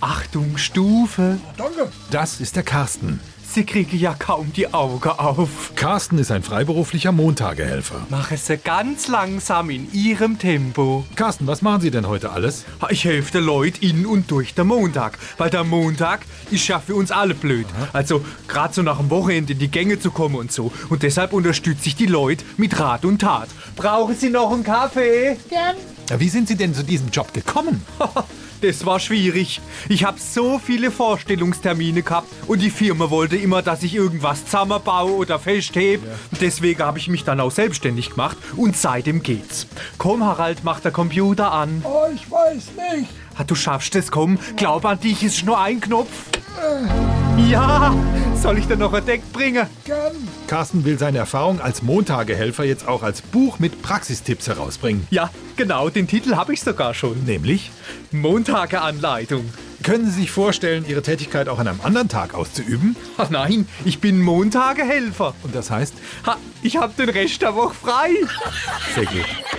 Achtung, Stufe! Danke. Das ist der Carsten. Sie kriegen ja kaum die Augen auf. Carsten ist ein freiberuflicher Montagehelfer. Machen Sie ganz langsam in Ihrem Tempo. Carsten, was machen Sie denn heute alles? Ha, Ich helfe den Leuten in und durch den Montag. Weil der Montag ist ja für uns alle blöd. Also, gerade so nach dem Wochenende in die Gänge zu kommen und so. Und deshalb unterstütze ich die Leute mit Rat und Tat. Brauchen Sie noch einen Kaffee? Ja, wie sind Sie denn zu diesem Job gekommen? Das war schwierig. Ich habe so viele Vorstellungstermine gehabt und die Firma wollte immer, dass ich irgendwas zusammenbaue oder festhebe. Deswegen habe ich mich dann auch selbstständig gemacht und seitdem geht's. Komm, Harald, mach der Computer an. Oh, ich weiß nicht. Ah, Du schaffst es, komm. Glaub an dich, ist nur ein Knopf. Ja, soll ich dir noch ein Deck bringen? Gern. Carsten will seine Erfahrung als Montagehelfer jetzt auch als Buch mit Praxistipps herausbringen. Ja, genau, den Titel habe ich sogar schon. Nämlich, Montage Anleitung. können Sie sich vorstellen, Ihre Tätigkeit auch an einem anderen Tag auszuüben? Ah, nein, ich bin Montagehelfer. Und das heißt, Ha, ich habe den Rest der Woche frei. sehr gut.